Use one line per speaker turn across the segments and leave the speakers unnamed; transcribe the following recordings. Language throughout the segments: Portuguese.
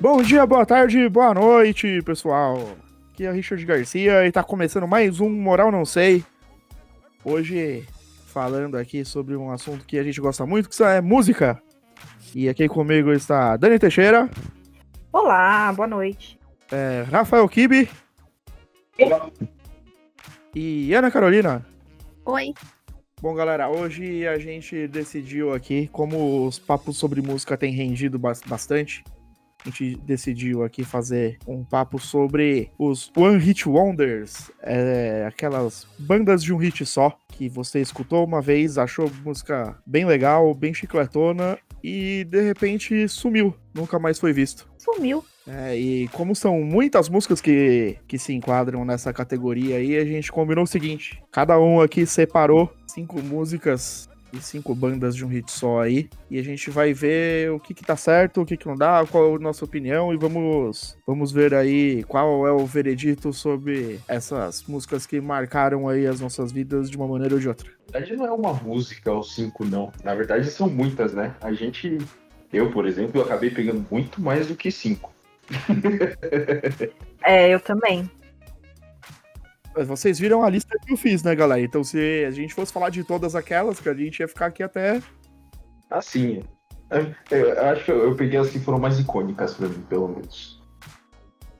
Bom dia, boa tarde, boa noite, pessoal. Aqui é o Richard Garcia e tá começando mais um Moral Não Sei. Hoje falando aqui sobre um assunto que a gente gosta muito, que isso é música. E aqui comigo está Dani Teixeira,
Olá, boa noite.
é, Rafael Kibe e Ana Carolina.
Oi.
Bom, galera, hoje a gente decidiu aqui, como os papos sobre música têm rendido bas- bastante, a gente decidiu aqui fazer um papo sobre os One Hit Wonders, é, aquelas bandas de um hit só, que você escutou uma vez, achou música bem legal, bem chicletona, e de repente sumiu, nunca mais foi visto.
Sumiu.
É, e como são muitas músicas que, que se enquadram nessa categoria aí, a gente combinou o seguinte: cada um aqui separou cinco músicas e cinco bandas de um hit só aí. E a gente vai ver o que, que tá certo, o que, que não dá, qual é a nossa opinião, e vamos, vamos ver aí qual é o veredito sobre essas músicas que marcaram aí as nossas vidas de uma maneira ou de outra.
Na verdade, não é uma música ou cinco, não. Na verdade, são muitas, né? A gente, eu, por exemplo, eu acabei pegando muito mais do que cinco.
É, eu também.
Mas Vocês viram a lista que eu fiz, né, galera? Então, se a gente fosse falar de todas aquelas, que a gente ia ficar aqui até
Assim, é- eu, eu acho que eu, eu peguei as que foram mais icônicas pra mim, pelo menos.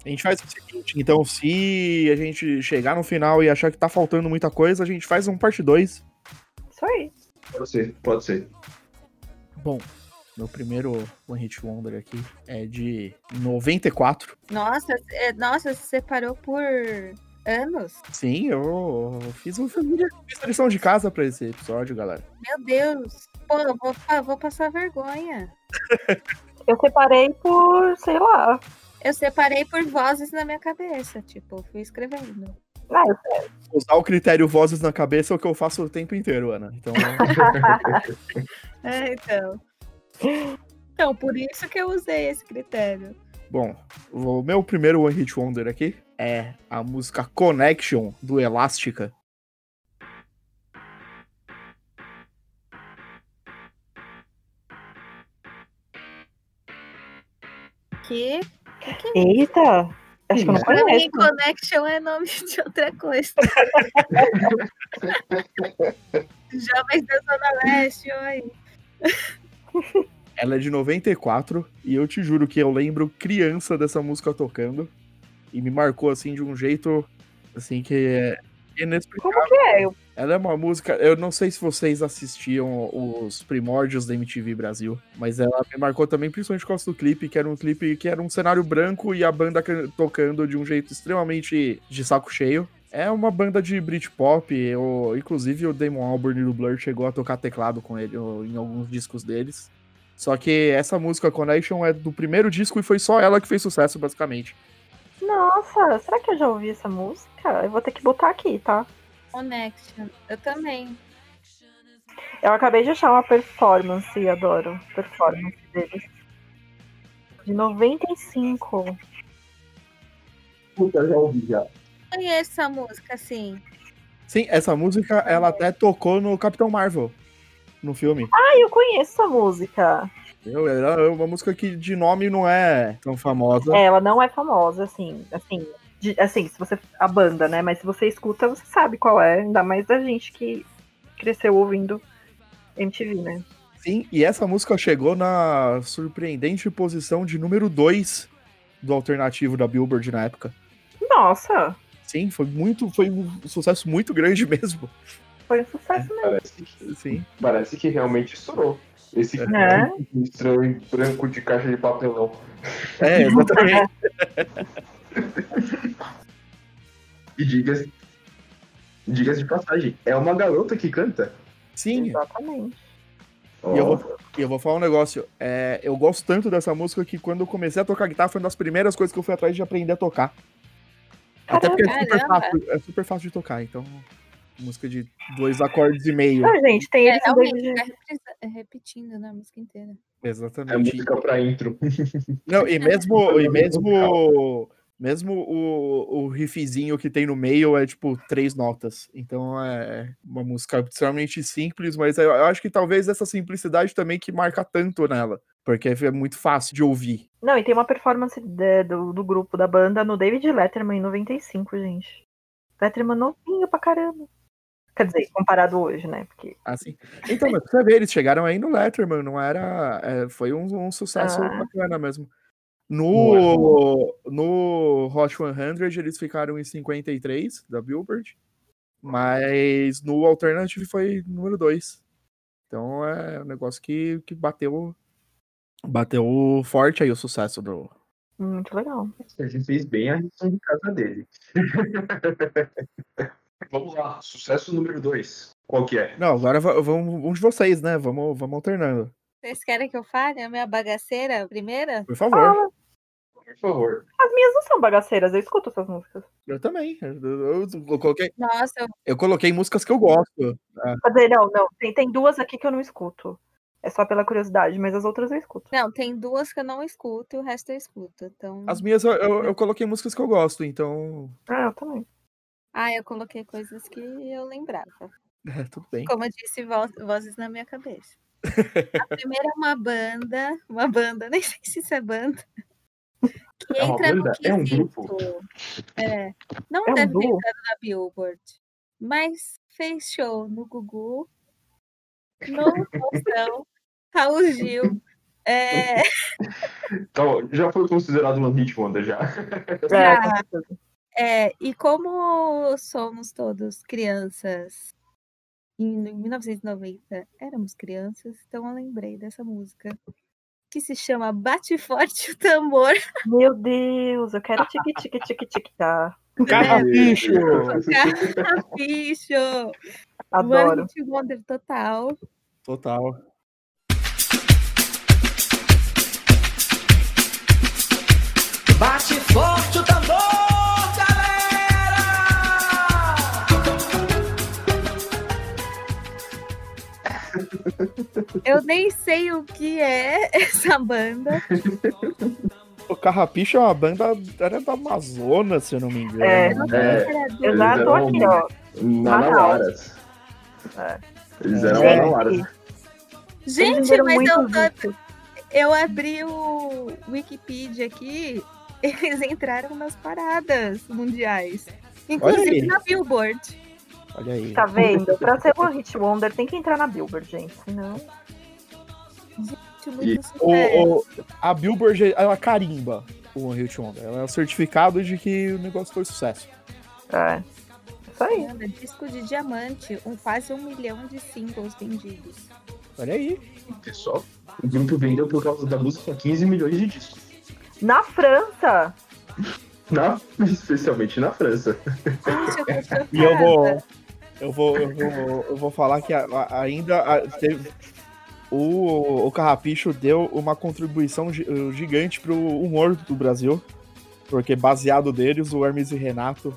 A gente faz o seguinte, então, se a gente chegar no final e achar que tá faltando muita coisa, a gente faz um parte 2.
Isso aí.
Pode ser, pode ser.
Bom, meu primeiro One Hit Wonder aqui é de 94.
Nossa, é, nossa, você separou por anos?
Sim, eu fiz uma família, fiz a lição de casa pra esse episódio, galera.
Meu Deus. Pô, eu vou, pa- vou passar vergonha.
Eu separei por, sei lá.
Eu separei por vozes na minha cabeça, tipo, fui escrevendo.
Ah, eu-
Usar o critério vozes na cabeça é o que eu faço o tempo inteiro, Ana. Então,
É, então. Então, por isso que eu usei esse critério.
bom, o meu primeiro One Hit Wonder aqui é a música Connection, do Elástica.
Que
Eita! Acho que eu não
né? pra
conheço.
mim, Connection é nome de outra coisa. Jovens da Zona Leste, oi.
Ela é de 94 e eu te juro que eu lembro criança dessa música tocando e me marcou assim de um jeito assim que é inexplicável.
Como que é? Eu-
Ela é uma música, eu não sei se vocês assistiam os primórdios da MTV Brasil, mas ela me marcou também principalmente por causa do clipe, que era um clipe que era um cenário branco e a banda can- tocando de um jeito extremamente de saco cheio. É uma banda de Britpop, eu, inclusive o Damon Albarn do Blur chegou a tocar teclado com ele ó, em alguns discos deles. Só que essa música Connection é do primeiro disco e foi só ela que fez sucesso basicamente.
Nossa, será que eu já ouvi essa música? Eu vou ter que botar aqui, tá?
Connection. Eu também.
Eu acabei de achar uma performance, eu adoro. Performance deles. De 95.
Puta, já ouvi já.
Conheço essa música, assim.
Sim, essa música ela até tocou no Capitão Marvel, no filme.
Ah, eu conheço essa música.
Eu, ela é uma música que de nome não é tão famosa.
É, ela não é famosa, assim, assim, de- assim, se você a banda, né? Mas se você escuta, você sabe qual é, ainda mais da gente que cresceu ouvindo MTV, né?
Sim, e essa música chegou na surpreendente posição de número 2 do alternativo da Billboard na época.
Nossa,
Sim, foi muito, foi um sucesso muito grande mesmo.
foi um sucesso mesmo.
Parece que,
Sim.
parece que realmente estourou. Esse
É.
estranho branco de caixa de papelão.
É, exatamente.
E diga-se diga de passagem, é uma garota que canta.
Sim,
Exatamente.
E eu
Ó.
vou, e eu vou falar um negócio. É, eu gosto tanto dessa música que quando eu comecei a tocar guitarra foi uma das primeiras coisas que eu fui atrás de aprender a tocar. Até porque é super,
Caramba.
fácil, é super fácil de tocar, então. Música de dois acordes e meio.
Ah, gente, tem
É,
eles também
realmente,
de-
fica reprisa- é repetindo né, a música inteira.
É
um Exatamente.
música pra intro.
Não, e mesmo, e mesmo Mesmo o, o riffzinho que tem no meio é tipo três notas. Então é uma música extremamente simples, mas eu eu acho que talvez essa simplicidade também que marca tanto nela. Porque é muito fácil de ouvir.
Não, e tem uma performance de- do, do grupo, da banda, no David Letterman em 95, gente. Letterman novinho pra caramba. Quer dizer, comparado hoje, né? Porque
Assim. Então, mas pra você ver, eles chegaram aí no Letterman, não era. é, foi um, um sucesso
Ah.
bacana mesmo. No, no Hot 100, eles ficaram em 53 da Billboard, mas no Alternative foi número 2. Então é um negócio que, que bateu. Bateu forte aí o sucesso do.
muito legal.
Ele fez bem a lição de casa dele. Vamos lá, sucesso número 2. Qual que é?
Não, agora va- vamos um de vocês, né? Vamos, vamos alternando.
Vocês querem que eu fale a minha bagaceira a primeira?
Por
Ah.
favor.
Por favor.
As minhas não são bagaceiras, eu escuto essas músicas.
Eu também. Eu, eu- eu coloquei,
Nossa, eu-
eu coloquei músicas que eu gosto.
Quer dizer, não, não. Tem, tem duas aqui que eu não escuto. É só pela curiosidade, mas as outras eu escuto.
não, tem duas que eu não escuto e o resto eu escuto. Então,
As minhas, eu, eu-
Uhum.
eu coloquei músicas que eu gosto, então.
Ah, eu também.
ah, eu coloquei coisas que eu lembrava.
É, tudo bem.
Como eu disse, vo- vozes na minha cabeça. A primeira é uma banda, uma banda, nem sei se isso é banda. Que
É uma
entra no
banda? É um grupo?
quesito- É. Não
É um
deve ter
duo?
entrado na Billboard, mas fez show no Gugu, no Faustão, Raul Gil. É,
Então, já foi considerado uma hit wonder já.
É,
Ah.
com certeza.
É, e como somos todos crianças, em 1990 éramos crianças, então eu lembrei dessa música que se chama Bate Forte o Tambor.
Meu Deus, eu quero tique tique tique tique tá.
Carrapicho!
Bicho! One
Adoro.
Hit Wonder total.
Total.
Bate forte o tambor, galera!
Eu nem sei o que é essa banda.
O Carrapicho é uma banda. Era da Amazonas, se eu não me engano.
É.
Eu não sei
É.
se era do-
Eu já tô aqui, ó.
Manauaras. Eles eram
É.
manauaras.
Gente,
venderam
mas eu,
muito
tô- eu abri o Wikipedia aqui, eles entraram nas paradas mundiais. Inclusive
aí.
na Billboard.
Olha aí.
Tá vendo? Pra ser uma hit wonder tem que entrar na Billboard, gente. Senão.
Gente,
E
muito
O,
É.
sucesso.
o- a Billboard, ela carimba o One Hit Wonder. Ela é o certificado de que o negócio foi sucesso.
É. Isso aí.
Fernanda, disco de diamante, um quase um milhão de singles vendidos.
Olha aí.
Pessoal, o grupo vendeu por causa da música 15 milhões de discos.
Na França,
Na, especialmente na França.
Gente, eu tô chocada.
E eu vou. Eu vou, eu vou, eu vou falar que a- a- ainda a- teve- o, o Carrapicho deu uma contribuição gi- eh, gigante pro humor do Brasil, porque baseado deles, o Hermes e Renato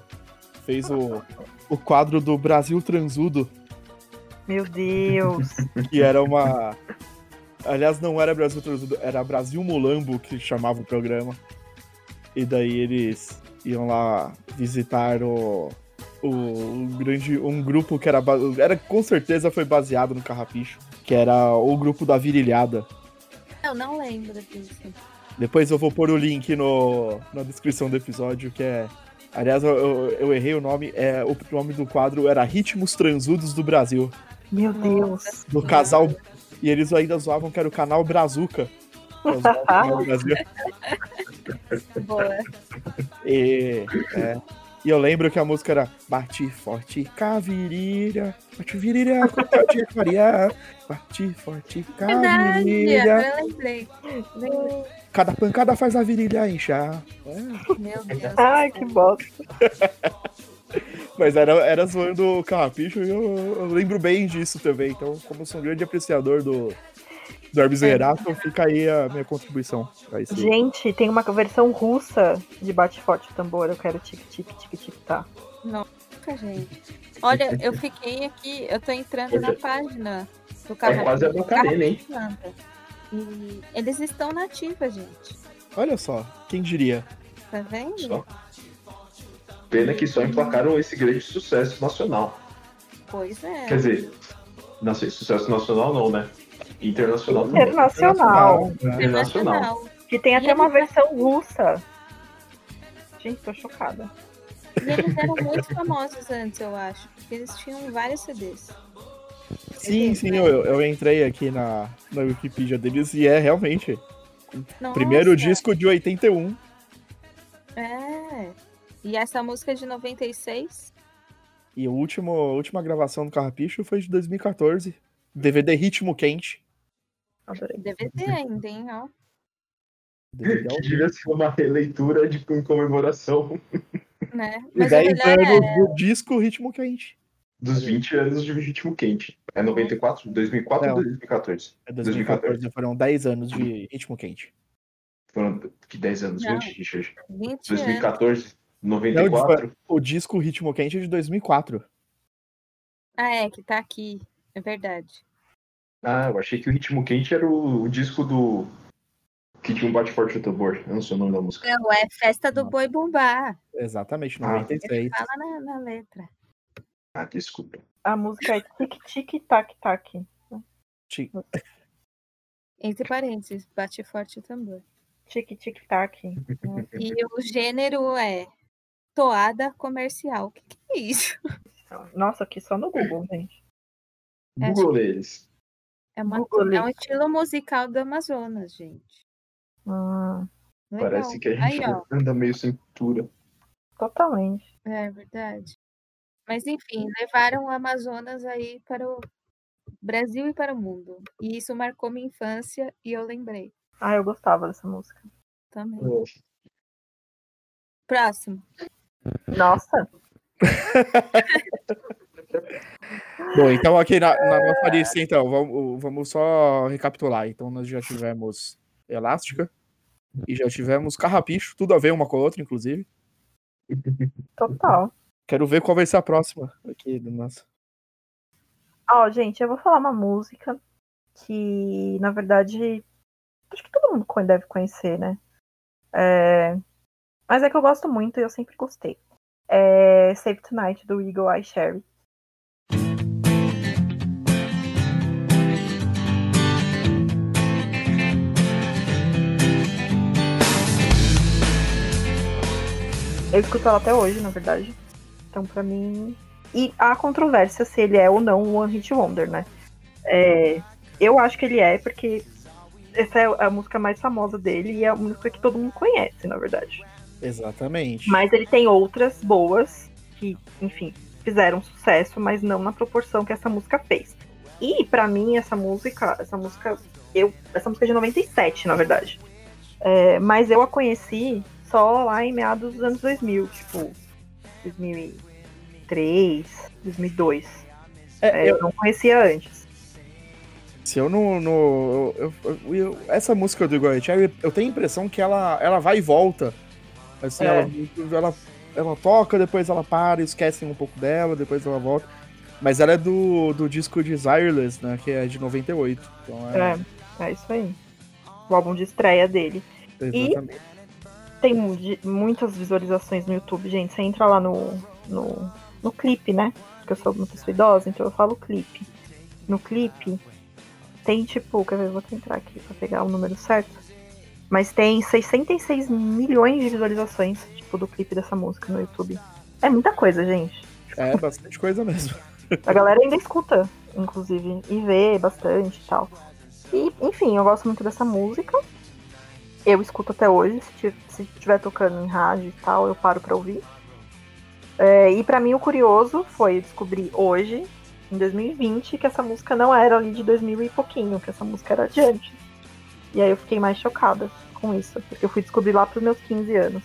fez o, o quadro do Brasil Transudo,
meu Deus.
que era uma. Aliás, não era Brasil Transudo, era Brasil Mulambo que chamava o programa. E daí eles iam lá visitar o, o grande um grupo que era ba- era com certeza foi baseado no Carrapicho, que era o grupo da Virilhada.
Eu não lembro disso.
Depois eu vou pôr o link no, na descrição do episódio que é Aliás, eu, eu- eu errei o nome. É, o nome do quadro era Ritmos Transudos do Brasil.
Meu Deus.
Do casal. E eles ainda zoavam que era o canal Brazuca. pra zoar o canal do Brasil.
Boa.
E, é. E eu lembro que a música era Bate forte, cavirilha, bate virilha, pode variar, bate forte,
Ah,
Verdade,
cavirilha,
agora eu lembrei. Lembrei.
cada pancada faz a virilha inchar. É.
Meu Deus.
Ai, que bosta. Meu
Mas era, era zoando o Carrapicho e eu, eu lembro bem disso também. Então, como eu sou um grande apreciador do, do Hermes e Renato, fica aí a minha contribuição. a esse-
Gente, tem uma versão russa de bate forte o tambor. Eu quero tique tique tique tique tá.
Caraca, gente. Olha, eu fiquei aqui, eu tô entrando na página do
É
Cavalo.
quase a Macarena, hein?
E eles estão na ativa, gente.
Olha só, quem diria?
Tá vendo?
Só. Pena que só emplacaram esse grande sucesso nacional.
Pois é.
Quer dizer, não sei, sucesso nacional não, né? Internacional também.
Internacional.
né?
internacional.
Que tem até
E
uma
ele-
versão russa. Gente, tô chocada.
E eles eram muito famosos antes, eu acho. Porque eles tinham vários CDs.
Sim, sim, eu, eu entrei aqui na, na Wikipedia deles e é realmente.
Nossa,
Primeiro disco de 81.
É. E essa música é de 96?
E o último, a última gravação do Carrapicho foi de 2014. DVD Ritmo Quente.
Adorei.
DVD ainda, hein? Ó.
DVD ao
Que
vivo.
devia ser uma releitura de, em comemoração
Né?
E
Mas o
10
melhor
anos
é.
do disco Ritmo Quente.
dos 20 anos de ritmo quente. É 94? 2004 ou
Não.
2014?
É 2014, foram 10 anos de Ritmo Quente.
Foram que 10 anos,
Não.
20, Richard.
20 anos.
2014, 94.
O disco Ritmo Quente é de 2004.
Ah, é, que tá aqui. É verdade.
Ah, eu achei que o ritmo quente era o, o disco do. Que tinha um bate forte no tambor. Eu não sei o nome da música.
Não, é Festa do Boi Bombar.
Exatamente,
Ah.
96.
Fala na, na letra.
Ah, desculpa.
A música é tic tic tac tac.
Ti-
Entre parênteses, bate forte o tambor.
Tic tic tac.
E o gênero é toada comercial. O que, que é isso?
Nossa, aqui só no Google, gente.
É,
Google deles.
É, uma-
Google.
é um estilo musical do Amazonas, gente.
Ah,
Legal.
Parece que a gente
Aí, ó.
anda meio cintura.
totalmente.
É verdade. Mas enfim, levaram o Amazonas aí para o Brasil e para o mundo. E isso marcou minha infância e eu lembrei
Ah, eu gostava dessa música.
também.
Uhum.
Próximo.
Nossa,
Bom, então aqui na, na nossa lista, então, vamos, vamos só recapitular. Então, nós já tivemos Elástica e já tivemos Carrapicho, tudo a ver uma com a outra, inclusive.
total.
Quero ver qual vai ser a próxima aqui do nosso.
Ó, gente, eu vou falar uma música que, na verdade, acho que todo mundo co- deve conhecer, né? É, Mas é que eu gosto muito e eu sempre gostei. É Save Tonight, do Eagle Eye Cherry. Eu escuto ela até hoje, na verdade. Então, pra mim. E há controvérsia se ele é ou não um One Hit Wonder, né? É, eu acho que ele é, porque essa é a música mais famosa dele e é a música que todo mundo conhece, na verdade.
Exatamente.
Mas ele tem outras boas que, enfim, fizeram sucesso, mas não na proporção que essa música fez. E pra mim essa música, essa música, eu, essa música é de 97, na verdade. É, mas eu a conheci só lá em meados dos anos 2000, tipo 2003, 2002.
É,
É, eu não conhecia antes.
Se eu não. não- eu- eu- eu- essa música do Igor Cherry, eu tenho a impressão que ela, ela vai e volta. Assim,
É.
ela, ela, ela toca, depois ela para, esquecem um pouco dela, depois ela volta. Mas ela é do, do disco Desireless, né? Que é de 98. Então é,
É, é isso aí. O álbum de estreia dele.
exatamente.
tem mu- de- muitas visualizações no YouTube, gente. Você entra lá no, no, no clipe, né? Porque eu sou uma pessoa idosa, então eu falo clipe. No clipe tem tipo, quer ver, eu vou tentar aqui pra pegar o número certo. Mas tem 66 milhões de visualizações, tipo, do clipe dessa música no YouTube. É muita coisa, gente.
É bastante coisa mesmo.
A galera ainda escuta, inclusive, e vê bastante e tal. E, enfim, eu gosto muito dessa música. Eu escuto até hoje, se ti- se estiver tocando em rádio e tal, eu paro pra ouvir. É, e pra mim o curioso foi descobrir hoje, em 2020, que essa música não era ali de 2000 e pouquinho, que essa música era de antes. E aí eu fiquei mais chocada com isso, porque eu fui descobrir lá pros meus 15 anos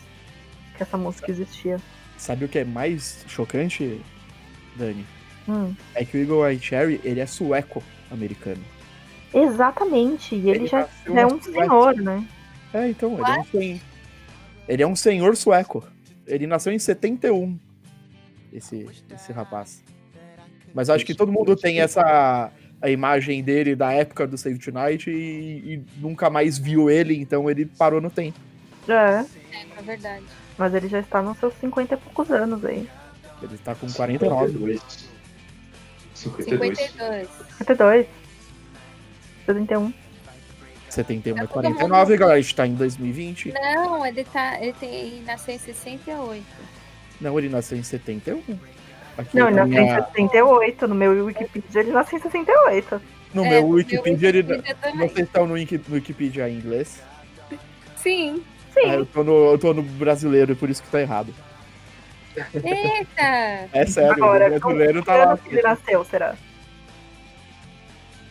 que essa música existia.
Sabe o que é mais chocante, Dani?
Hum.
É que o Igor Cherry, ele é sueco-americano.
Exatamente, e ele, já
nasceu
é
na
um
Suécia.
senhor, né?
É, então, ele é, um sen- ele é um senhor sueco. Ele nasceu em 71, esse, esse rapaz. Mas eu acho que todo mundo tem essa a imagem dele da época do Save Tonight e, e nunca mais viu ele, então ele parou no tempo.
É,
É, na verdade.
mas ele já está nos seus 50 e poucos anos aí.
Ele tá com 49.
52.
52.
52. 71.
71 é 49, galera. A gente tá em 2020.
Não, ele, tá, ele, tem, ele nasceu em 68.
Não, ele nasceu em 71. Aqui
Não, ele
na Então,
nasceu
minha-
em 68. No meu Wikipedia ele nasceu em 68.
no
É,
meu Wikipedia, é ele...
Wikipedia também.
Vocês estão tá no Wiki- no Wikipedia em inglês?
Sim.
Sim.
Ah, eu, tô no, eu tô no brasileiro, e por isso que tá errado.
Eita!
É sério,
Agora,
o brasileiro
que
tá lá. Tá
ano que ele nasceu, será?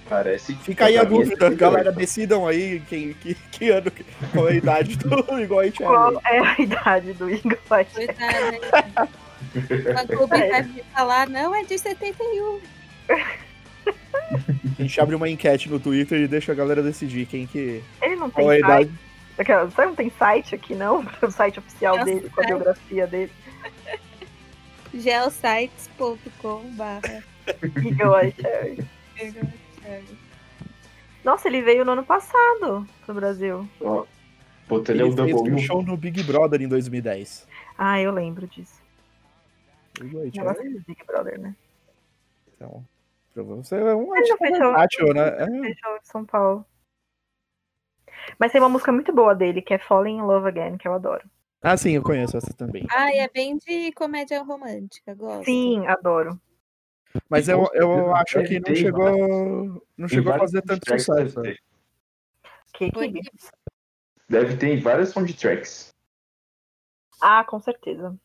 Parece que.
Fica aí a
pra mim é
dúvida,
58.
galera. Decidam aí quem, que, que ano, que- qual é a idade do igual a gente
Qual é a idade do Igor?
Coitada. né? Mas o Ruben vai me falar, não, é de 71.
A gente abre uma enquete no Twitter e deixa a galera decidir quem que.
Ele não tem
Qual é a
pai.
idade.
Aquela- Você não tem site aqui, não? O site oficial
Tem um
dele, com a
site.
biografia dele.
geosites.com barra. É
Gigabyte. é. Nossa, ele veio no ano passado pro Brasil.
Ó, Puta, ele é
Ele
o
fez
Double
um
Will.
show no Big Brother em 2010.
Ah, eu lembro disso.
O Igual a gente, é.
O negócio do Big Brother, né?
Então, pra você é um
Ele já
ótimo
fez
versátil, né? É,
show de São Paulo. Mas tem uma música muito boa dele, que é Falling in Love Again, que eu adoro.
Ah, sim, eu conheço essa também.
Ai, é bem de comédia romântica, gosto.
Sim, adoro.
Mas eu, eu
Deve
acho que
ter,
não chegou, não chegou a
Tem
fazer tanto
vários
sucesso. né?
soundtracks,
Que,
Foi
que...
Deve ter, deve ter em várias soundtracks.
Ah, com certeza.
Uhum.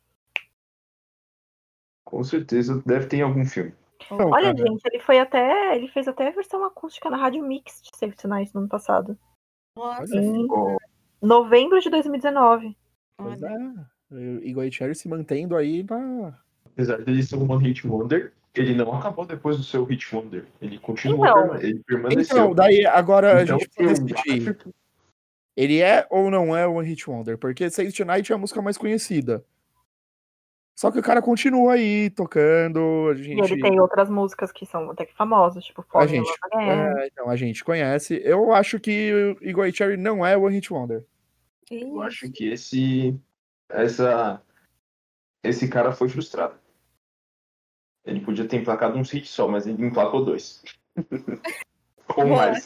Com certeza deve ter em algum filme.
Então,
Olha,
cara,
gente, ele foi até. Ele fez até a versão acústica na Rádio Mix de Safe Tonight no ano passado.
Nossa,
Olha.
Em
Ó,
novembro de 2019.
pois
olha.
é. O Igor Cherry se mantendo aí na,
apesar dele ser um One Hit Wonder, ele não acabou depois do seu Hit Wonder. Ele continuou,
Então.
perma- ele
Então,
permaneceu.
daí agora
Então,
a gente precisa
eu
decidir.
acho que-
Ele é ou não é One Hit Wonder? Porque Save Tonight é a música mais conhecida. Só que o cara continua aí tocando, a
E ele
gente, é,
tem outras músicas que são até que famosas, tipo
a
Falling in
gente,
Love Again.
é, então, a gente conhece. Eu acho que o Igor Cherry não é One Hit Wonder.
eu acho que esse, essa, esse cara foi frustrado. Ele podia ter emplacado um hit só, mas ele emplacou dois. Ou mais.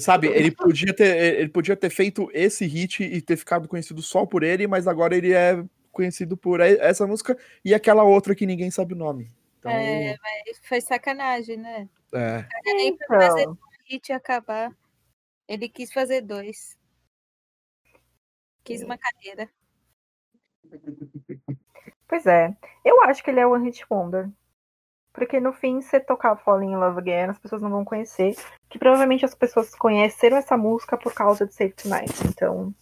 Sabe, ele podia ter, ele podia ter feito esse hit e ter ficado conhecido só por ele, mas agora ele é conhecido por e- essa música e aquela outra que ninguém sabe o nome. Então,
É, mas foi sacanagem, né?
é.
Não era nem pra fazer
Então,
um hit e acabar. Ele quis fazer dois. Quis uma carreira.
pois é. Eu acho que ele é One Hit Wonder. Porque no fim, você tocar Falling in Love Again, as pessoas não vão conhecer. Que provavelmente as pessoas conheceram essa música por causa de Save Tonight. Então.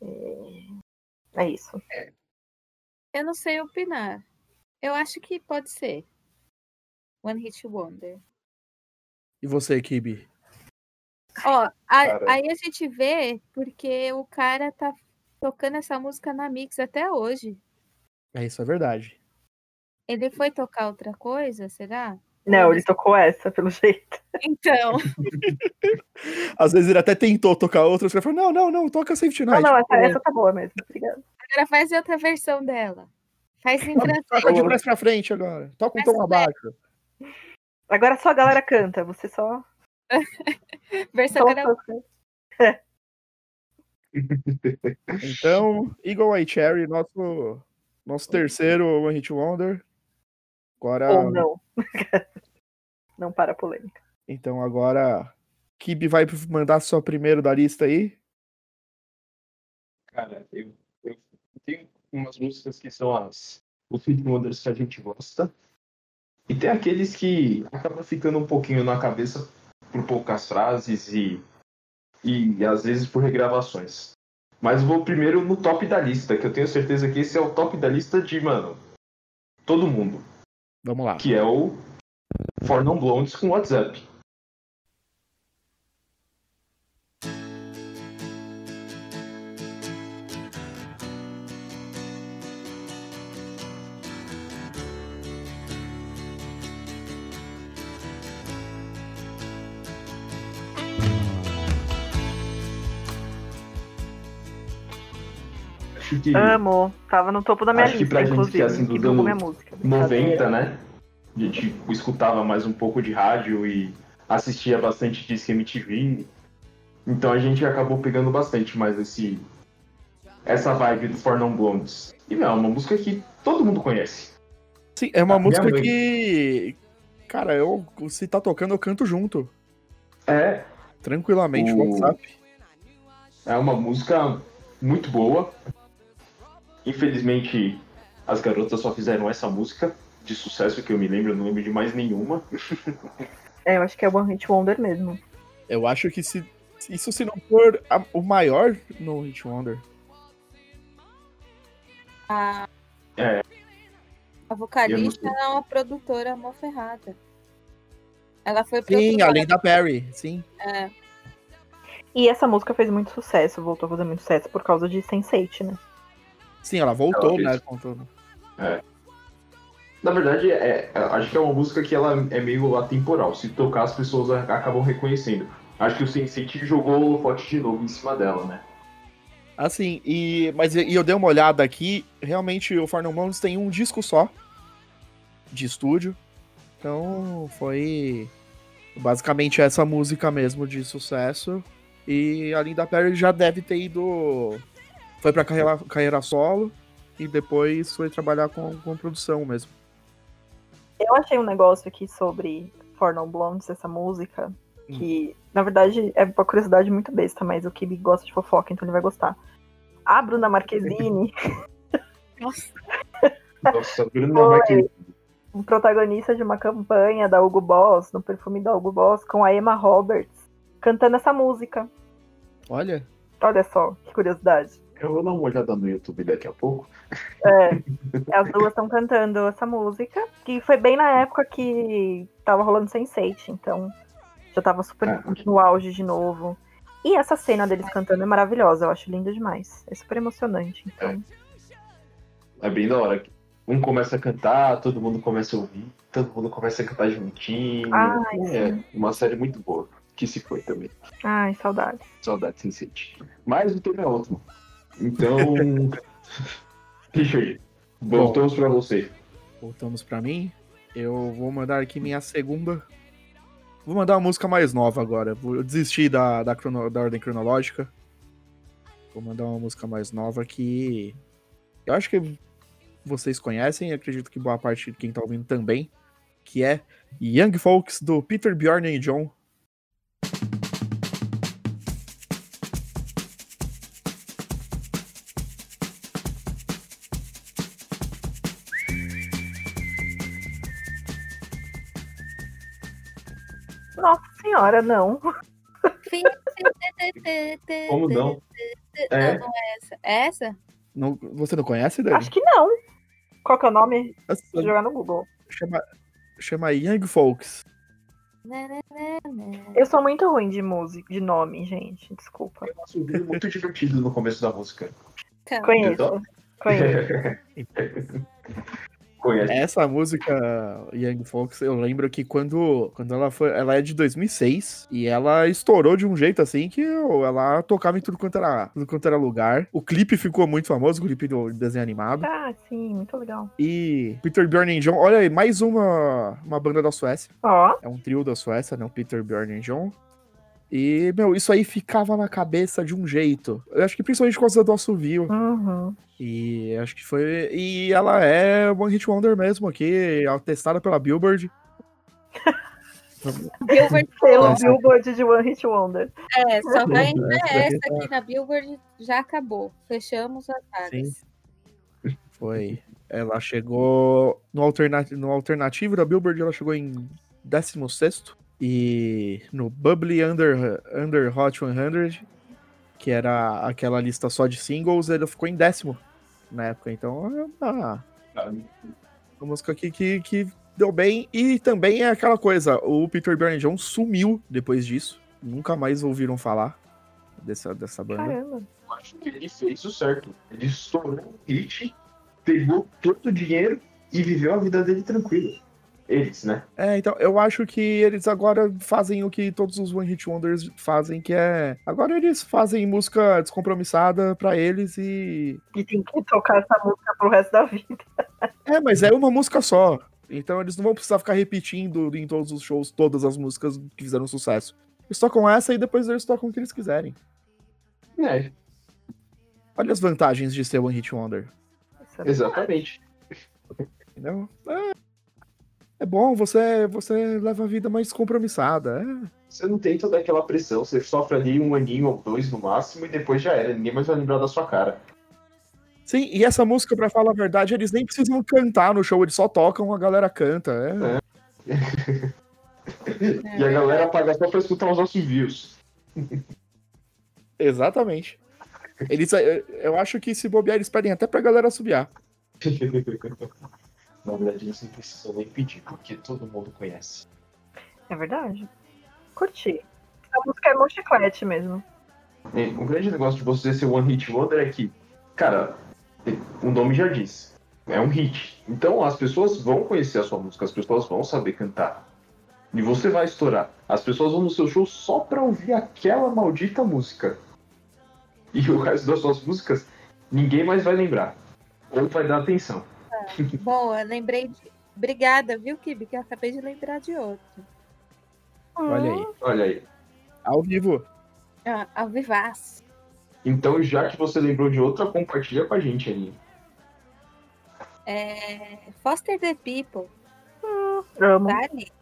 é- É isso.
Eu não sei opinar. Eu acho que pode ser. One Hit Wonder.
E você, Kibi?
Ó, a-
Cara.
aí a gente vê porque o cara tá tocando essa música na Mix até hoje.
É isso, é verdade.
Ele foi tocar outra coisa, será?
Não, ele tocou essa, pelo jeito.
Então,
Às vezes ele até tentou tocar outra, os caras falaram, não, não, não, toca Safety
Não,
Night.
não, essa, essa tá boa mesmo. Obrigada.
agora faz outra versão dela. Faz em
Toca de
francês.
trás pra frente agora. Toca um
Mas
tom
não é.
abaixo.
Agora só a galera canta, você só.
Versão
só
é karaokê.
Então, Eagle Eye Cherry, nosso, nosso terceiro One Hit Wonder.
Ah.
Agora,
Ou não. não para a polêmica.
então agora, Kibi vai mandar sua primeiro da lista aí.
Cara, eu, eu tenho umas músicas que são as os Hit Wonders que a gente gosta. E tem aqueles que acabam ficando um pouquinho na cabeça por poucas frases e, e às vezes por regravações. Mas vou primeiro no top da lista, que eu tenho certeza que esse é o top da lista de, mano, todo mundo.
Vamos lá.
Que é o For Non Blondes com WhatsApp.
Você
acho que
Amo. Tava no topo da minha
Acho que
lista,
pra gente
inclusive.
que é, assim, dos
e tocou
anos
minha música.
90, né? A gente escutava mais um pouco de rádio e assistia bastante disco MTV. Então a gente acabou pegando bastante mais esse essa vibe do For Non Blondes. E não, é uma música que todo mundo conhece.
Sim, é uma
Ah, minha
música
mãe.
que. Cara, eu se tá tocando, eu canto junto.
É,
Tranquilamente,
O-
WhatsApp.
É uma música muito boa. Infelizmente, as garotas só fizeram essa música de sucesso que eu me lembro, eu não lembro de mais nenhuma.
É, eu acho que é One Hit Wonder mesmo.
Eu acho que se. Isso se não for a- o maior no Hit Wonder.
A
E a
vocalista
música?
é uma produtora mó ferrada. Ela foi
Sim,
produtora.
além da Perry, sim.
É,
E essa música fez muito sucesso, voltou a fazer muito sucesso por causa de Sense8, né?
Sim, ela voltou,
fez.
né? Contando.
Na verdade, é, é- acho que é uma música que ela é meio atemporal. Se tocar, as pessoas a- acabam reconhecendo. Acho que o Sensei jogou o holofote de novo em cima dela, né?
Assim, e, mas e eu dei uma olhada aqui, realmente o Farnum Bones tem um disco só de estúdio. Então foi basicamente essa música mesmo de sucesso. E a Linda Perry já deve ter ido. Foi pra carreira, carreira solo e depois foi trabalhar com, com produção mesmo.
Eu achei um negócio aqui sobre For No Blondes, essa música, que, na verdade, é uma curiosidade muito besta, mas o Kibi gosta de fofoca, então ele vai gostar. A Bruna Marquezine,
nossa,
Nossa, Bruna Marquezine.
um protagonista de uma campanha da Hugo Boss, no perfume da Hugo Boss, com a Emma Roberts, cantando essa música.
Olha.
Olha só, que curiosidade.
Eu vou dar uma olhada no YouTube daqui a pouco.
As duas estão cantando essa música, que foi bem na época que tava rolando Sense8, então já tava super
Ah.
no auge de novo. E essa cena deles cantando é maravilhosa, eu acho lindo demais. É super emocionante. Então,
É bem da hora. Um começa a cantar, todo mundo começa a ouvir, todo mundo começa a cantar juntinho.
Ai,
é uma série muito boa, que se foi também.
ai, saudade.
Saudade sem sentido. Mas o tema é outro. Então. Richard, voltamos pra você.
Voltamos pra mim. Eu vou mandar aqui minha segunda. Vou mandar uma música mais nova agora. Vou- Eu desisti da, da, crono- da ordem cronológica. Vou mandar uma música mais nova que. Eu acho que vocês conhecem, acredito que boa parte de quem tá ouvindo também. Que é Young Folks do Peter Bjorn e John.
Nossa senhora, não.
Como não? É.
Não, não é essa. É essa?
Não- você não conhece, Dani?
Acho que não. Qual que é o nome? Vou
Essa-
jogar no Google.
Chama, chama Young Folks.
Né, né,
Eu sou muito ruim de música, de nome, gente. Desculpa.
Nossa, um vídeo muito divertido no começo da música.
então.
Conheço. Conheço.
Conhece.
Essa música Young Fox, eu lembro que quando, quando ela foi, ela é de 2006 e ela estourou de um jeito assim que eu- ela tocava em tudo quanto era, tudo quanto era lugar. O clipe ficou muito famoso, o clipe do desenho animado.
Ah, sim, muito legal.
E Peter Bjorn and John, olha aí, mais uma uma banda da Suécia.
Ó,
É um trio da Suécia, né? O Peter Bjorn and John. E, meu, isso aí ficava na cabeça de um jeito. Eu acho que principalmente por causa do assovio.
uhum.
E acho que foi. E ela é One Hit Wonder mesmo aqui, atestada pela Billboard.
Billboard
pelo
Nossa.
Billboard de One Hit Wonder.
é, só vai entrar
Essa daqui
essa aqui na Billboard, já acabou. Fechamos as vagas.
Foi. Ela chegou no, alterna... no alternativo da Billboard, ela chegou em 16 e no Bubbly Under, Under Hot 100, que era aquela lista só de singles, ela ficou em décimo na época. Então é uma, Uma música que, que, que deu bem. E também é aquela coisa, o Peter Byrne John sumiu depois disso. Nunca mais ouviram falar dessa, dessa banda.
Caramba.
Eu acho que ele fez o certo. Ele estourou um hit, pegou todo o dinheiro e viveu a vida dele tranquilo. Eles, né?
É, então, eu acho que eles agora fazem o que todos os One Hit Wonders fazem, que é. Agora eles fazem música descompromissada pra eles e.
E tem que tocar essa música pro resto da vida.
É, mas é uma música só. Então eles não vão precisar ficar repetindo em todos os shows todas as músicas que fizeram sucesso. Eles tocam essa e depois eles tocam o que eles quiserem.
É,
Olha as vantagens de ser One Hit Wonder.
Essa-
exatamente.
Entendeu? É, é bom, você, você leva a vida mais descompromissada. é.
Você não tem toda aquela pressão, você sofre ali um aninho ou dois no máximo e depois já era, ninguém mais vai lembrar da sua cara.
Sim, e essa música, pra falar a verdade, eles nem precisam cantar no show, eles só tocam, a galera canta. é.
É
E a galera paga só pra escutar os nossos views. É,
Exatamente. Eles, eu eu acho que se bobear, eles pedem até pra galera subiar.
Na verdade, eles não precisam nem pedir, porque todo mundo conhece.
É verdade. Curti. A música é mão chiclete mesmo.
É, O grande negócio de você ser One Hit Wonder é que, cara, o nome já diz, é um hit. Então as pessoas vão conhecer a sua música, as pessoas vão saber cantar. E você vai estourar. As pessoas vão no seu show só pra ouvir aquela maldita música. E o resto das suas músicas, ninguém mais vai lembrar. Ou vai dar atenção.
Boa, lembrei de. Obrigada, viu, Kibi? Que eu acabei de lembrar de outro.
Olha aí.
Olha aí.
Ao vivo.
Ah, ao vivaço.
Então, já que você lembrou de outra, compartilha com a gente aí.
É, Foster the People.
Hum, amo.
Vale?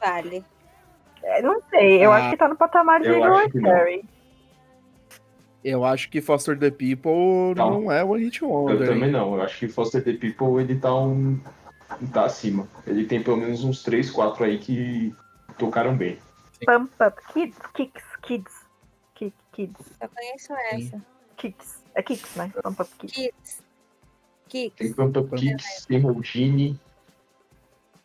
Vale.
É, Não sei, eu
Ah,
acho que tá no patamar de
eu
Igor
acho que não.
Carey.
Eu acho que Foster the People
Não.
não é One Hit
Tá. Eu
Wonder.
também
hein?
não. Eu acho que Foster the People ele tá um. tá acima. Ele tem pelo menos uns 3, 4 aí que tocaram bem.
Pump up. Kids, kicks, kids. Kick, kids,
Só conheço essa.
kicks. É kicks, né? Pump up kicks.
Kids.
Tem
Kicks.
Pump Up Kicks, tem Houdini.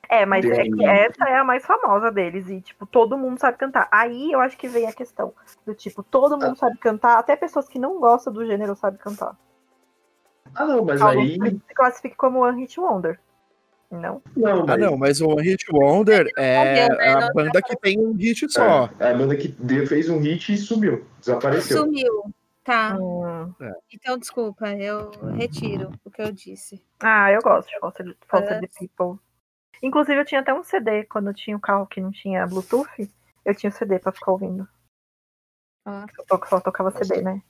É, mas é
Tem.
que essa é a mais famosa deles. E, tipo, todo mundo sabe cantar. Aí eu acho que vem a questão do tipo, todo mundo sabe cantar, até pessoas que não gostam do gênero sabem cantar.
Ah não, mas
Algo
aí.
que se classifica como One Hit Wonder. Não?
Não,
Ah,
mas-
não, mas o One Hit Wonder é
Não, né?
a
Não
banda que tem um hit só.
É, a banda que de- fez um hit e sumiu. Desapareceu.
Sumiu. Tá.
Hum.
Então, desculpa, eu retiro o que eu disse.
Ah, eu gosto de Foster, Foster the
Parece.
People. Inclusive, eu tinha até um CD quando eu tinha o carro que não tinha Bluetooth. Eu tinha o CD pra ficar ouvindo.
Ó.
Eu to- só tocava CD, né?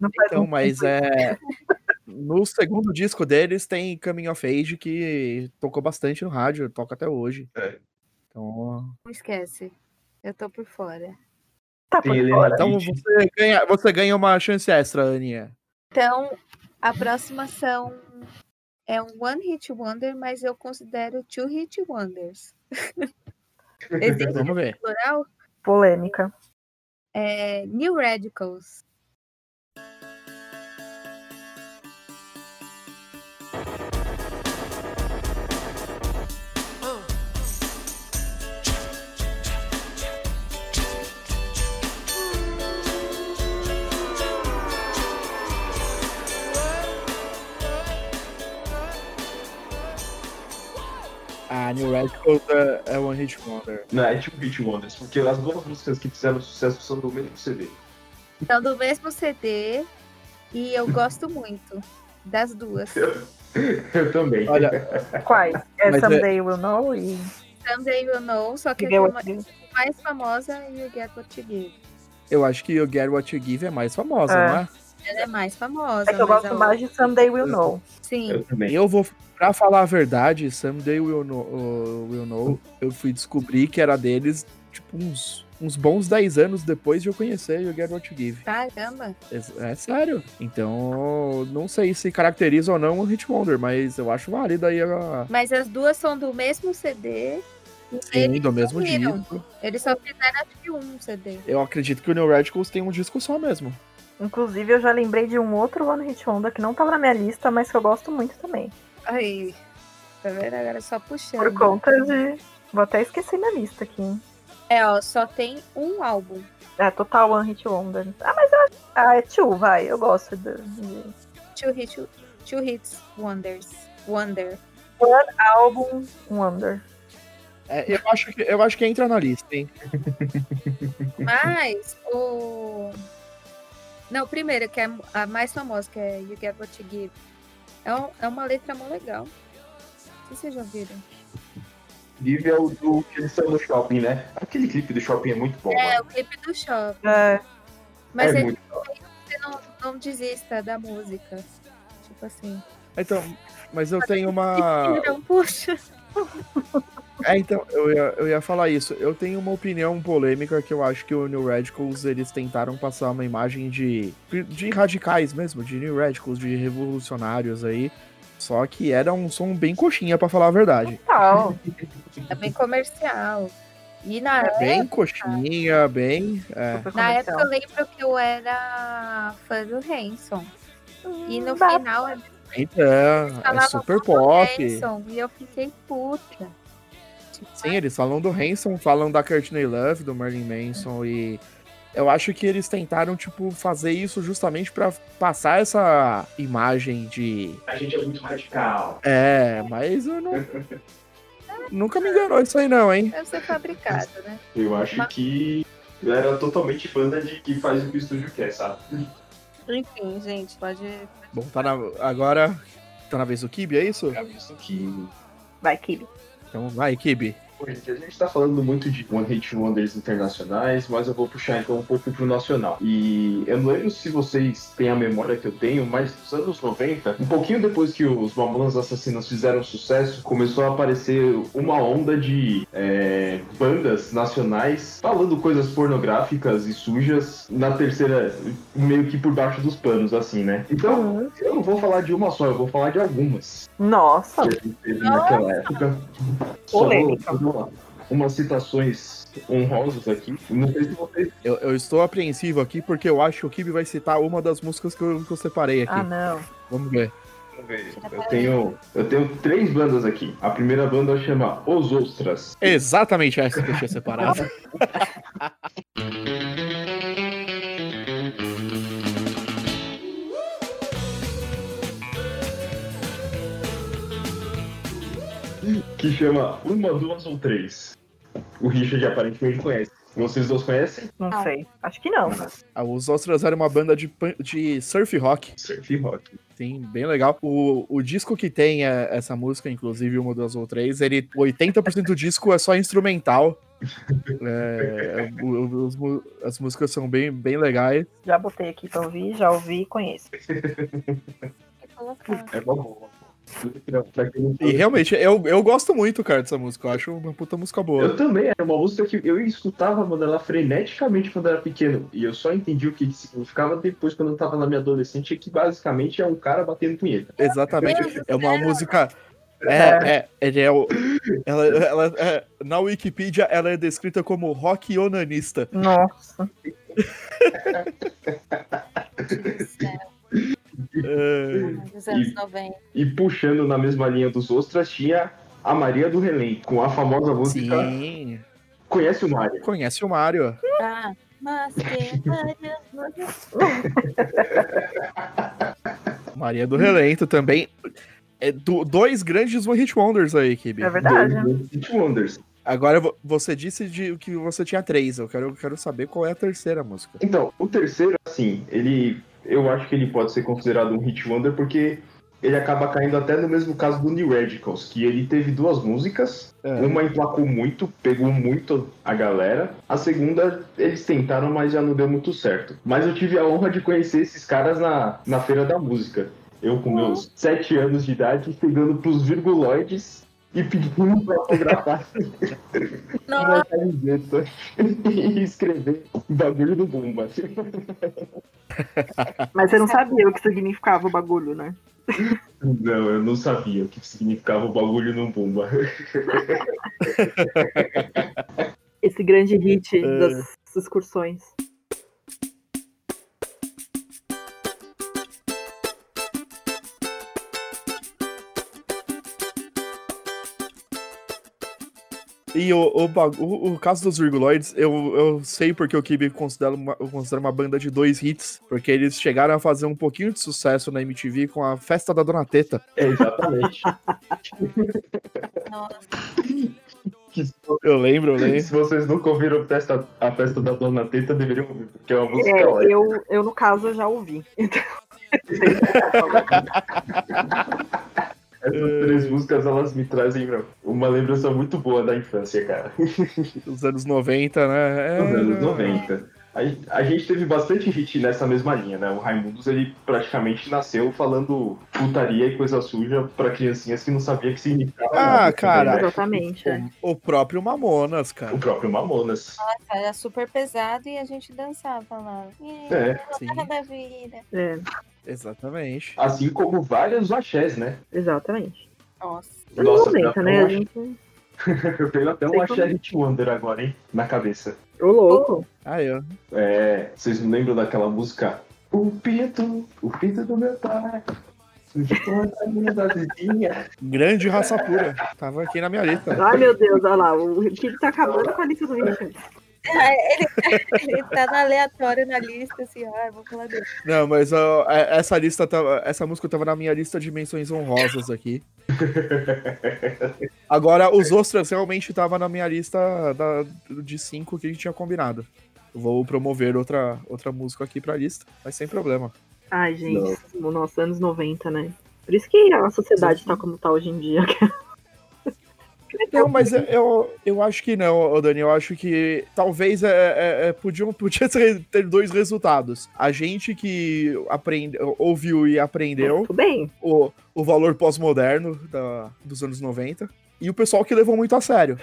Não faz um
Então,
muito
mas
tempo.
é. No segundo disco deles tem Coming of Age, que tocou bastante no rádio, toca até hoje.
É.
Então,
Não esquece. Eu tô por fora.
Tá
Tem
por
Helena
fora.
então
Hit.
você, ganha, você ganha uma chance extra, Aninha.
Então, a próxima são. É um One Hit Wonder, mas eu considero Two Hit Wonders. Existe
Vamos ver.
plural?
Polêmica.
É New Radicals.
Ah, New Radicals é, é One Hit Wonder.
Não, é tipo Hit Wonders, porque as duas músicas que fizeram sucesso são do mesmo CD.
São do mesmo CD e eu gosto muito das duas.
Eu também.
Olha,
Quais? É
Mas é-
Someday We'll Know e
Someday You Know, só que é
e Get
a
What You Give.
mais famosa e o Get What You Give.
eu acho que o Get What You Give é mais famosa,
É.
não é?
Ela é mais famosa.
É que eu
mas a
gosto mais de Someday We'll Know.
outra- Sim,
Eu também.
Eu vou, pra falar a verdade, Someday Will Know, uh, Will know eu fui descobrir que era deles, tipo, uns, uns bons 10 anos depois de eu conhecer o Get What You Give.
caramba.
É, é sério. Então, não sei se caracteriza ou não o Hit Wonder, mas eu acho válido aí a.
Mas as duas são do mesmo CD. e
Sim, do mesmo
sumiram.
disco.
Eles só fizeram acho que um CD.
Eu acredito que o New Radicals tem um disco só mesmo.
Inclusive, eu já lembrei de um outro One Hit Wonder que não tava na minha lista, mas que eu gosto muito também.
Aí. Tá vendo? Agora só puxando.
Por conta de... Vou até esquecer minha lista aqui, hein?
É, ó, só tem um álbum.
É, total One Hit Wonder. Ah, mas eu acho... Ah, é Two, vai. Eu gosto de... de-
Two, hit, two, Hits Wonders. Wonder.
Álbum Wonder.
É, eu, acho que, eu acho que entra na lista, hein?
Uhum.
Mas o. Não, o primeiro, que é a mais famosa, que é You Get What You Give. É, um- é uma letra mó legal. Não sei se vocês já viram.
Give é o do que eles estão no shopping, né? Aquele clipe do shopping é muito bom, mano.
É o clipe do shopping.
É,
Mas é um
é
aí
muito bom.
você não, não desista da música. Tipo assim.
Então, mas eu tenho
Ah.
uma.
Então, puxa.
É, então, eu ia, eu ia falar isso. Eu tenho uma opinião polêmica que eu acho que o New Radicals, eles tentaram passar uma imagem de, de radicais mesmo, de New Radicals, de revolucionários aí. Só que era um som bem coxinha, pra falar a verdade.
tal.
É bem comercial. E na
É Bem coxinha, bem. É.
super
Na
comercial.
época eu lembro que eu era fã do Hanson. E no
Hum, dá-
final eles
Então, é
falavam
super
do
pop.
Hanson e eu fiquei puta. Tipo,
Sim, eles falam do Hanson, falam da Courtney Love, do Marilyn Manson e eu acho que eles tentaram tipo fazer isso justamente pra passar essa imagem de
A gente é muito radical.
é, mas eu não nunca me enganou isso aí não, hein?
deve ser fabricado, né?
Eu acho
Mas-
que era totalmente banda de que faz o que o estúdio quer, sabe?
Enfim, gente, pode.
Bom, tá na agora tá na vez do Kibe, é isso?
É isso que.
Vai, Kibi.
Então vai, Kibe.
Hoje a gente tá falando muito de One Hit Wonders internacionais, mas eu vou puxar então um pouco pro nacional. E eu não lembro se vocês têm a memória que eu tenho, mas nos anos 90, um pouquinho depois que os Mamonas Assassinas fizeram sucesso, começou a aparecer uma onda de é, bandas nacionais falando coisas pornográficas e sujas na terceira, meio que por baixo dos panos, assim, né? Então, eu não vou falar de uma só, eu vou falar de algumas
Nossa,
que a gente teve naquela época. Só vou
Polêmica.
fazer uma- umas citações honrosas aqui. Não sei se vocês
Eu, eu estou apreensivo aqui porque eu acho que o Kibe vai citar uma das músicas que eu, que eu separei aqui.
ah não.
Vamos ver.
vão ver. Eu tenho, eu tenho três bandas aqui. A primeira banda chama Os Ostras.
Exatamente essa que eu tinha separado.
que chama Uma, Duas ou Três. O Richard aparentemente conhece. Vocês dois conhecem?
Não
Ah.
sei. Acho que não.
Ah, Os Ostras era uma banda de, pan- de surf rock.
Surf Rock.
Sim, bem legal. O, o disco que tem é, essa música, inclusive uma, duas ou três, ele 80% do disco é só instrumental. É, o- o- os mu- as músicas são bem, bem legais.
Já botei aqui pra ouvir, já ouvi e conheço.
colocar.
É uma boa. Pra quem não
E realmente, eu, eu gosto muito, cara, dessa música. Eu acho uma puta música boa.
Eu também, era uma música que eu escutava, mano, ela freneticamente quando era pequeno. E eu só entendi o que, que significava depois quando eu tava na minha adolescente, que basicamente é um cara batendo punheta.
Exatamente.
Meu Deus
É uma
do céu.
música. É, é, ele é o- ela, ela- é, na Wikipedia ela é descrita como rock onanista.
Nossa.
É,
Dos anos 90.
E puxando na mesma linha dos Ostras, tinha a Maria do Relém, com a famosa música
sim.
Conhece o Mário.
Conhece o Mario.
Ah, mas que Maria,
Maria do Relento também. É do- dois grandes One Hit Wonders aí, Kibi.
É verdade.
do One Hit Wonders.
Agora vo- você disse de, que você tinha três. Eu quero, eu quero saber qual é a terceira música.
Então, o terceiro, assim, ele. Eu acho que ele pode ser considerado um hit wonder porque ele acaba caindo até no mesmo caso do New Radicals, que ele teve duas músicas.
É.
Uma emplacou muito, pegou muito a galera. A segunda, eles tentaram, mas já não deu muito certo. Mas eu tive a honra de conhecer esses caras na, na Feira da Música. Eu, com meus sete anos de idade, chegando pros virguloides e pedindo pra autografar uma camiseta e escrever bagulho do Bumba.
Mas você não sabia o que significava o bagulho, né?
Não, eu não sabia o que significava o bagulho no Bumba.
Esse grande hit
É.
das excursões.
E o, o, bagu- o- o caso dos Virguloids, eu, eu sei porque o Kibi considera uma, eu considero uma banda de dois hits. Porque eles chegaram a fazer um pouquinho de sucesso na MTV com a Festa da Dona Teta.
É, exatamente.
nossa,
que
Eu lembro, eu lembro.
se vocês nunca ouviram a festa, a festa da Dona Teta, deveriam ouvir, porque é uma música
É,
ótima.
eu, eu, no caso, eu já ouvi.
É.
Essas três músicas, elas me trazem meu, uma lembrança muito boa da infância, cara.
Os anos 90, né? É,
Dos anos
né?
90. A, a gente teve bastante hit nessa mesma linha, né? O Raimundos, ele praticamente nasceu falando putaria e coisa suja pra criancinhas que não sabia que significava
Ah,
nada,
cara.
né?
Exatamente. é.
O próprio Mamonas,
O
cara.
próprio Mamonas.
Era super pesado e a gente dançava lá. Yeah,
É,
Sim,
barra da vida.
É,
exatamente.
assim como vários axés, né?
exatamente.
Nossa.
Anos
eu tenho
90, né?
até
A
um
gente...
axé- Eu tenho até um
Sei
axé
como é.
Hit Wonder agora, hein? Na cabeça.
Ô, louco.
Ah, eu.
É, vocês não lembram daquela música? O pinto, o pinto do meu pai. Sujou a minha da vizinha.
Grande raça pura. Tava aqui na minha lista.
Ai, meu Deus, olha lá. O Ricardo tá acabando com a lista do Ricardo.
Ele tá no aleatório na lista, assim, ah, vou falar dele.
Não, mas ó, é- essa lista tava, essa música tava na minha lista de menções honrosas aqui. Agora, os ostras realmente tava na minha lista da- de cinco que a gente tinha combinado. Vou promover outra, outra música aqui pra lista, mas sem problema.
Ai, gente. Nossa, anos 90, né? Por isso que a sociedade tá como tá hoje em dia.
Não, mas eu- eu, eu acho que não, ô Dani. Eu acho que talvez é, é- é, podiam, podia ter ter dois resultados. A gente que aprende, ouviu e aprendeu
Tudo bem.
o, o valor pós-moderno da- dos anos 90 e o pessoal que levou muito a sério.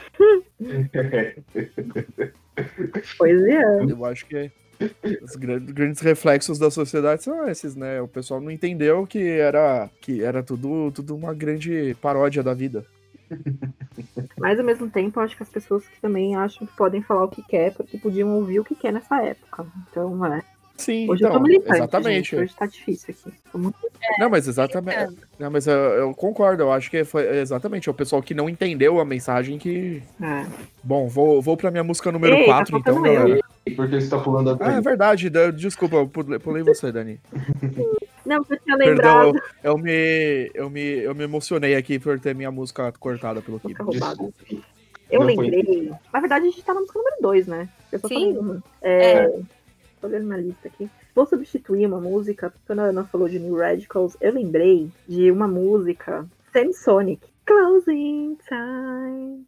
Pois é.
Eu acho que os gran- grandes reflexos da sociedade são esses, né? O pessoal não entendeu que era, que era tudo, tudo uma grande paródia da vida.
Mas ao mesmo tempo, eu acho que as pessoas que também acham que podem falar o que quer, porque podiam ouvir o que quer nessa época. Então, é.
Sim,
Hoje eu tô
então,
militante.
exatamente.
gente. Hoje tá difícil aqui. Tô muito-
Não, mas exatamente. Não, mas eu, eu concordo, eu acho que foi exatamente é o pessoal que não entendeu a mensagem que.
é.
Bom, vou, vou pra minha música número
Ei, tá
4, então,
faltando eu.
galera.
E por que você tá pulando a
Ah, é verdade, Dan- desculpa, eu pulei pulei você, Dani.
Não, eu
Perdão,
tinha
eu,
lembrado.
eu me, eu, me, eu me emocionei aqui por ter minha música cortada pelo Kiba.
Música roubada.
Desculpa.
Eu
Não foi
lembrei. Na verdade, a gente tá na música número 2, né? Eu só
Sim.
falei uma. É, Tô olhando minha lista aqui. Vou substituir uma música. Quando a Ana falou de New Radicals, eu lembrei de uma música Samsonic. Closing Time.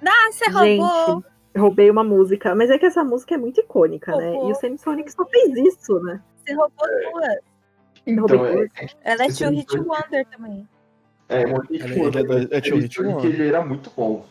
Nossa, Ah, roubou!
Gente, eu roubei uma música. Mas é que essa música é muito icônica, né?
Roubou.
E o Samsonic só fez isso, né?
Você roubou
É.
duas.
Então, é,
Ela é
Esse
Tio
não
Hit
foi-
Wonder também.
é, o Hit
Ele-
Wonder,
ele é- é Tio
ele
Hit
foi
Wonder.
que ele era muito bom.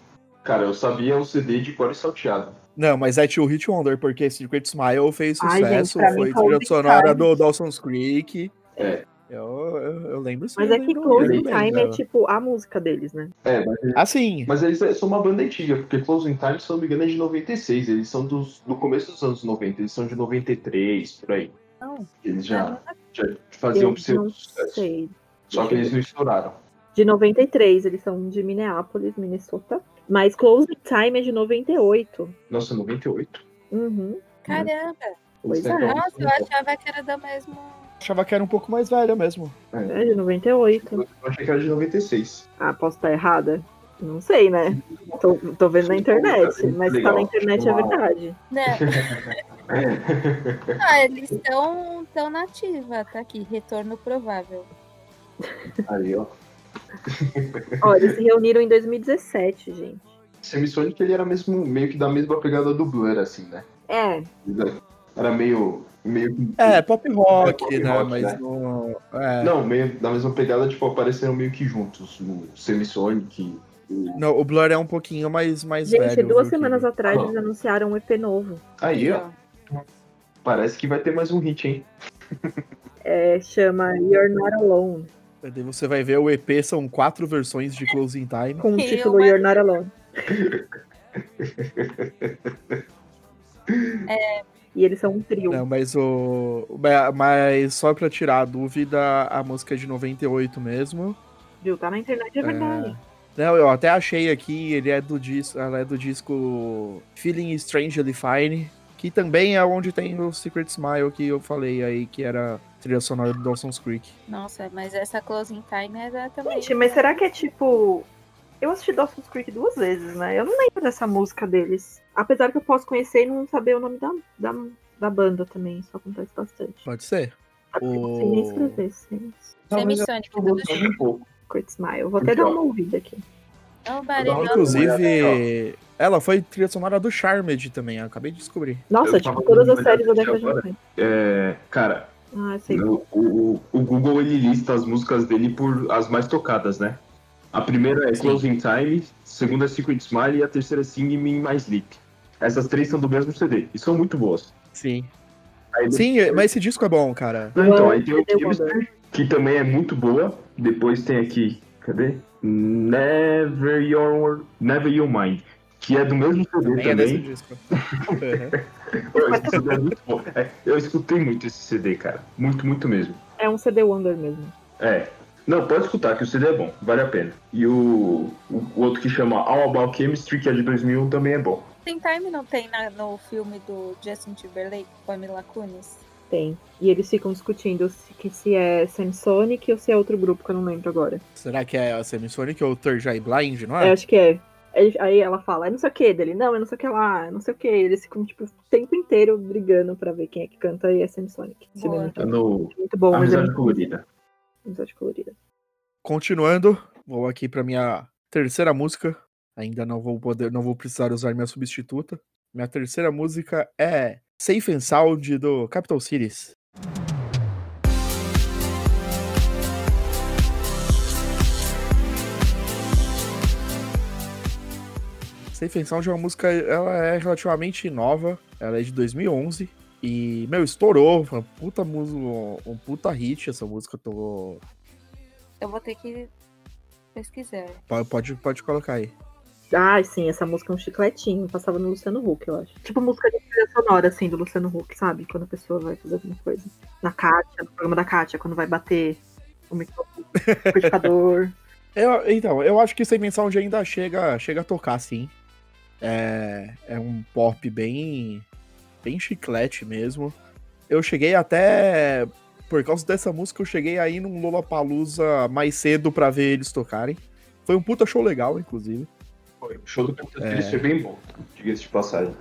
Cara, eu sabia o CD de cor e salteado.
Não, mas é Tio Hit Wonder, porque Secret Smile fez
Ai, gente,
sucesso,
pra mim
foi
foi
trilha
um
sonora
pecado.
do Dawson's Creek.
É.
Eu, eu, eu lembro sim.
Mas
eu
é que
lembro- eu
Closing
lembro bem,
Time é
cara.
tipo a música deles, né?
É, mas,
Assim,
mas eles é, são uma banda antiga, porque Closing Time, se eu não me engano, é de 96. Eles são dos, do começo dos anos 90, eles são de 93, por aí.
Não.
Eles já,
Ah,
já
Eu
faziam
não
seu sucesso.
sei.
Só que eles não estouraram.
De 93, eles são de Minneapolis, Minnesota. Mas Closing Time é de 98.
Nossa, 98?
Uhum.
Caramba!
Pois
Eles
é.
eram-
Nossa, eu achava que era da mesma.
achava que era um pouco mais velha mesmo.
É de 98.
Eu achei que era de 96.
Ah, posso estar errada? Não sei, né? Tô, tô vendo na internet. Mas se tá na internet é verdade.
Não. né? Ah, eles estão tão nativa, tá aqui. Retorno provável.
Aí, ó.
Ó, eles se reuniram em 2017, gente.
Semisonic, ele era mesmo, meio que da mesma pegada do Blur, assim, né?
É,
Era meio. meio que-
É, pop rock,
É pop
né?
rock,
mas
né?
não. É.
Não, meio da mesma pegada, tipo, apareceram meio que juntos. O Semisonic. O...
Não, o Blur é um pouquinho mais, mais
gente,
velho.
duas
viu,
semanas
Kiba?
atrás
Ah,
eles anunciaram um EP novo.
Aí, ó. Parece que vai ter mais um hit, hein?
É, chama You're Not Alone.
Daí você vai ver o EP, são quatro versões de Closing Time.
Com o
Eu,
título
mas-
You're Not Alone.
É.
E eles são um trio.
Não, mas o. ma- Mas só pra tirar a dúvida, a música é de 98 mesmo.
Viu? Tá na internet, é verdade.
Não, eu até achei aqui, ele é do disco. Ela é do disco Feeling Strangely Fine. Que também é onde tem o Secret Smile que eu falei aí, que era Trilha sonora do Dawson's Creek.
Nossa, mas essa Closing Time era também.
Gente, mas será que é tipo. Eu assisti Dawson's Creek duas vezes, né? Eu não lembro dessa música deles. Apesar que eu posso conhecer e não saber o nome da, da, da banda também. Isso acontece bastante.
Pode ser.
Até que eu não sei nem escrever, sim.
Talvez eu
Sonic
tô gostando um pouco.
Kurt Smile. Eu Vou até dar uma ouvida aqui.
É o
Não,
barulho.
Inclusive, ela foi trilha sonora do Charmed também, eu acabei de descobrir.
Nossa,
Eu tava
tipo, todas as
olhando
séries da década de
agora.
90.
É, cara,
Ah, sei.
o, o- o Google ele lista as músicas dele por as mais tocadas, né? A primeira é Closing Time, a segunda é Secret Smile e a terceira é Sing Me In My Sleep. Essas três são do mesmo CD e são muito boas.
Sim.
Aí
Sim, mas esse disco é bom, cara.
Não, então, aí
One
tem
CD
o Gibson, que também é muito boa. Depois tem aqui, cadê? Never Your Never Your Mind, que é do mesmo CD também.
Também é desse disco. Uhum.
Pô, esse CD é muito bom. É, eu escutei muito esse CD, cara. Muito, muito mesmo.
É um CD Wonder mesmo.
É. Não, pode escutar, que o CD é bom, vale a pena. E o, o outro que chama All About Chemistry, que é de 2001, também é bom.
Tem time não tem na- no filme do Justin Timberlake com a Mila Kunis?
Tem. E eles ficam discutindo se, que se é Samsonic ou se é outro grupo que eu não lembro agora.
Será que é a Semisonic ou o Third Eye Blind, não
Eu
é?
acho que é. Aí- Aí ela fala, é não sei o que dele, não, é não sei o que lá, é não sei o que. Eles ficam, tipo, o tempo inteiro brigando pra ver quem é que canta e é Samsonic. Esse
Boa.
menino tá
Tá no
muito bom, mas é
Amizade
muito
Colorida.
amizade colorida.
Continuando, vou aqui pra minha terceira música. Ainda não vou poder, não vou precisar usar minha substituta. Minha terceira música é Safe and Sound do Capital Cities. Safe and Sound é uma música, ela é relativamente nova, ela é de 2011 e, meu, estourou, foi uma puta música, um puta hit essa música, tô,
Eu vou ter que pesquisar.
Po- Pode, pode colocar aí.
Ai, sim, essa música é um chicletinho. Passava no Luciano Huck, eu acho. Tipo música de trilha sonora, assim, do Luciano Huck, sabe? Quando a pessoa vai fazer alguma coisa. Na Kátia, no programa da Kátia, quando vai bater o microfone, o liquidificador.
Eu- então, eu acho que Sem Menção de ainda chega, chega a tocar, sim. É, é um pop bem, bem chiclete mesmo. Eu cheguei até. Por causa dessa música, eu cheguei aí num Lollapalooza mais cedo pra ver eles tocarem. Foi um puta show legal, inclusive.
Foi, O show do Capital Cities foi bem bom, diga-se de passagem.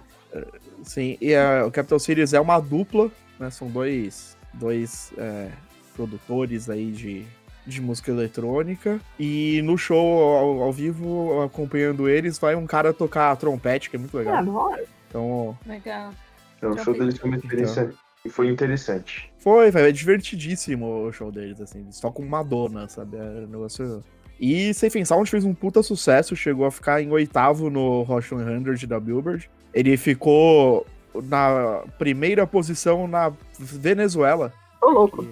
Sim, e eh, o Capital Cities é uma dupla, né? São dois, dois eh, produtores aí de, de música eletrônica. E no show ao, ao vivo, acompanhando eles, vai um cara tocar trompete, que é muito
Ah,
legal.
não, olha,
Então,
Legal.
Então, o show deles foi uma experiência e foi interessante.
foi, velho, é divertidíssimo o show deles, assim. Eles tocam Madonna, sabe? É um negócio... E Safe and Sound fez um puta sucesso, chegou a ficar em oitavo no Hot 100 da Billboard. Ele ficou na primeira posição na Venezuela.
Ô, louco.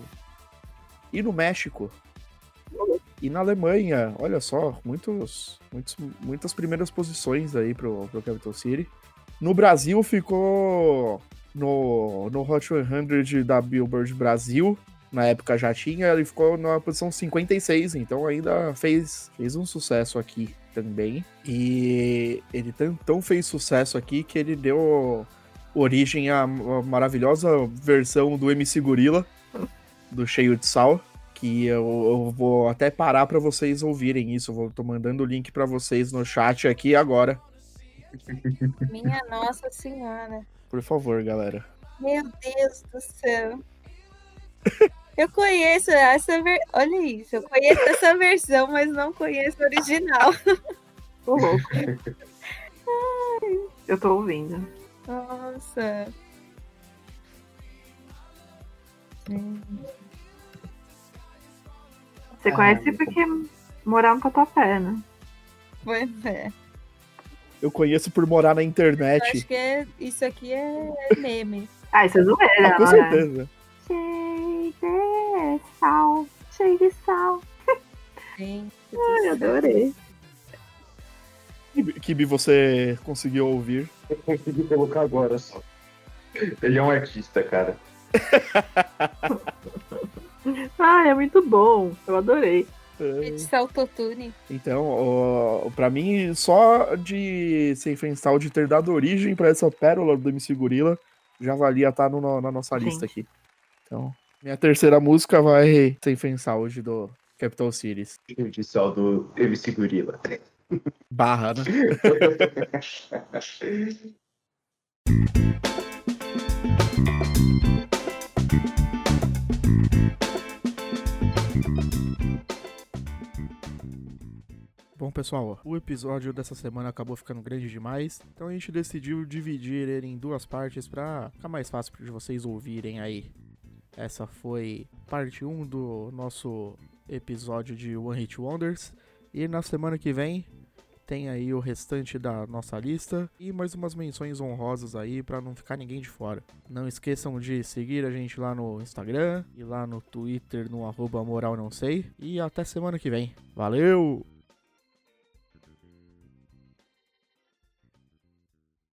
e no México. E na Alemanha, olha só, muitos, muitos, muitas primeiras posições aí pro, pro Capital City. No Brasil ficou no, no Hot 100 da Billboard Brasil, na época já tinha, ele ficou na posição 56, então ainda fez, fez um sucesso aqui também. E ele tan- tão fez sucesso aqui que ele deu origem à m- maravilhosa versão do MC Gorilla, do Cheio de Sal, que eu, eu vou até parar pra vocês ouvirem isso. Eu vou, tô mandando o link pra vocês no chat aqui agora.
Minha Nossa Senhora.
Por favor, galera.
Meu Deus do céu. Eu conheço essa ver... Olha isso, eu conheço essa versão, mas não conheço a original.
Ô, louco. Eu tô ouvindo.
Nossa.
Você
Ah,
conhece
meu.
porque morava no Tatuapé, né?
Pois é.
Eu conheço por morar na
Eu acho
internet.
que é- isso aqui é meme.
Ah, isso é zoeira,
Ah, com
né?
certeza.
Cheio de sal, cheio de sal.
Gente do
Ai,
céu.
adorei.
Kibi- Kibi, você conseguiu ouvir.
Eu consegui colocar agora só. Ele é um artista, cara.
Ai, é muito bom. Eu adorei.
É.
Gente, autotune.
Então, ó, pra mim, só de sem Frensal de ter dado origem pra essa pérola do MC Gorila, já valia estar na nossa
Sim.
lista aqui. Então, Minha terceira música vai sem pensar hoje do Capital Cities.
Judicial do MC Gorila.
Barra, né? Bom, pessoal, o episódio dessa semana acabou ficando grande demais, então a gente decidiu dividir ele em duas partes pra ficar mais fácil de vocês ouvirem aí. Essa foi parte 1 do nosso episódio de One Hit Wonders, e na semana que vem tem aí o restante da nossa lista e mais umas menções honrosas aí pra não ficar ninguém de fora. Não esqueçam de seguir a gente lá no Instagram e lá no Twitter no arroba moral não sei e até semana que vem. Valeu!